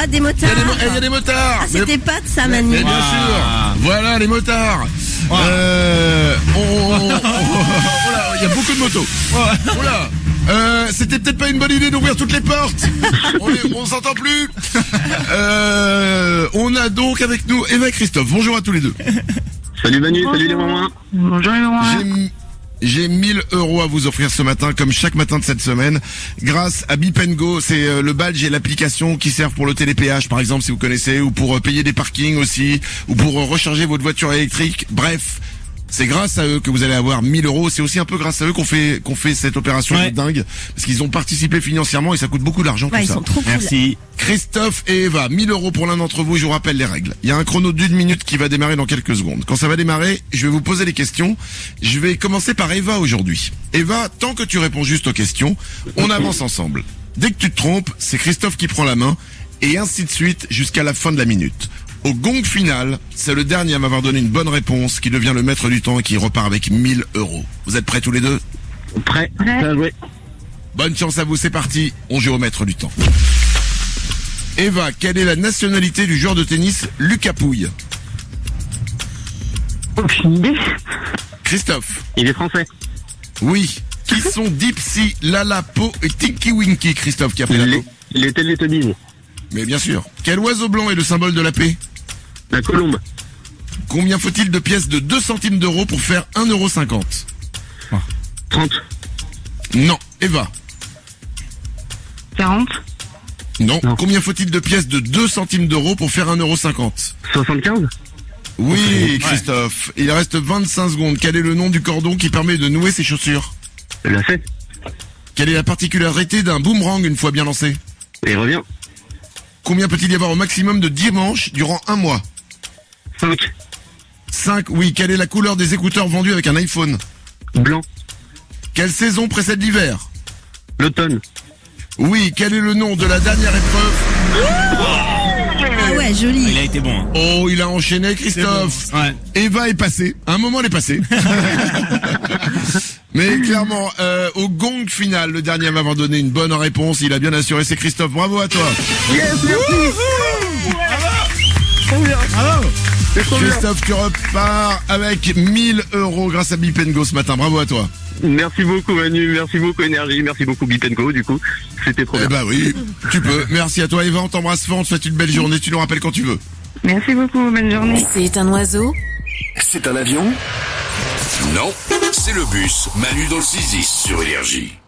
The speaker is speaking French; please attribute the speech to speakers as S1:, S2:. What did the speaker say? S1: Ah, des
S2: Il y
S1: motards.
S2: a des mo- eh, il y a des motards.
S1: Ah,
S2: Mais-
S1: c'était pas de ça, Manu.
S2: Mais bien sûr. Voilà les motards. Euh, on- on- on- oh là, il y a beaucoup de motos. Oh là. Euh, C'était peut-être pas une bonne idée d'ouvrir toutes les portes. On, les- on s'entend plus. Euh, on a donc avec nous Eva et Christophe. Bonjour à tous les deux.
S3: Salut Manu, salut les mamans.
S4: Bonjour les mamans.
S2: J'ai m- J'ai 1000 euros à vous offrir ce matin, comme chaque matin de cette semaine, grâce à Bipengo. C'est euh, le badge et l'application qui servent pour le télépéage, par exemple, si vous connaissez, ou pour euh, payer des parkings aussi, ou pour euh, recharger votre voiture électrique. Bref, c'est grâce à eux que vous allez avoir 1000 euros. C'est aussi un peu grâce à eux qu'on fait qu'on fait cette opération de
S5: Ouais.
S2: dingue, parce qu'ils ont participé financièrement et ça coûte beaucoup d'argent.
S1: Ouais,
S2: tout
S1: ils
S2: ça.
S1: sont trop cool.
S5: Merci.
S2: Christophe et Eva, 1000 euros pour l'un d'entre vous, je vous rappelle les règles. Il y a un chrono d'une minute qui va démarrer dans quelques secondes. Quand ça va démarrer, je vais vous poser des questions. Je vais commencer par Eva aujourd'hui. Eva, tant que tu réponds juste aux questions, on avance ensemble. Dès que tu te trompes, c'est Christophe qui prend la main, et ainsi de suite jusqu'à la fin de la minute. Au gong final, c'est le dernier à m'avoir donné une bonne réponse qui devient le maître du temps et qui repart avec 1000 euros. Vous êtes prêts tous les deux
S3: Prêt,
S4: Prêt.
S3: bien joué.
S2: Bonne chance à vous, c'est parti, on joue au maître du temps. Eva, quelle est la nationalité du joueur de tennis Lucas Pouille
S4: Aucune idée.
S2: Christophe
S3: Il est français.
S2: Oui. Qui sont Dipsy, Lalapo et Tinky Winky, Christophe qui a pris la
S3: Les,
S2: peau
S3: les Teletubbies.
S2: Mais bien sûr. Quel oiseau blanc est le symbole de la paix
S3: La colombe.
S2: Combien faut-il de pièces de 2 centimes d'euros pour faire 1,50€
S3: 30.
S2: Non. Eva
S4: 40.
S2: non.
S3: Non.
S2: Combien faut-il de pièces de 2 centimes d'euros pour faire 1,50€
S3: 75.
S2: Oui, Christophe. Il reste 25 secondes. Quel est le nom du cordon qui permet de nouer ses chaussures
S3: La 7.
S2: Quelle est la particularité d'un boomerang une fois bien lancé
S3: Et revient.
S2: Combien peut-il y avoir au maximum de 10 manches durant un mois
S3: 5.
S2: 5, oui. Quelle est la couleur des écouteurs vendus avec un iPhone
S3: Blanc.
S2: Quelle saison précède l'hiver
S3: L'automne.
S2: Oui, quel est le nom de la dernière épreuve
S1: Ah ouais, joli.
S5: Il a été bon. hein.
S2: Oh, il a enchaîné, Christophe
S5: Ouais.
S2: Eva est passée. À un moment, elle est passée. Mais clairement, euh, au gong final, le dernier à m'avoir donné une bonne réponse, il a bien assuré, c'est Christophe. Bravo à toi
S3: Yes, merci. C'est trop bien.
S2: Christophe, tu repars avec 1000 euros grâce à Bipengo ce matin. Bravo à toi
S3: Merci beaucoup Manu, merci beaucoup Énergie, merci beaucoup Bipenco du coup. C'était trop
S2: Eh
S3: bien.
S2: bah oui, tu peux. Merci à toi Eva, on t'embrasse fort, on te souhaite une belle journée, tu nous rappelles quand tu veux.
S4: Merci beaucoup, bonne journée.
S6: C'est un oiseau
S7: C'est un avion Non, c'est le bus Manu dans le 6 sur Énergie.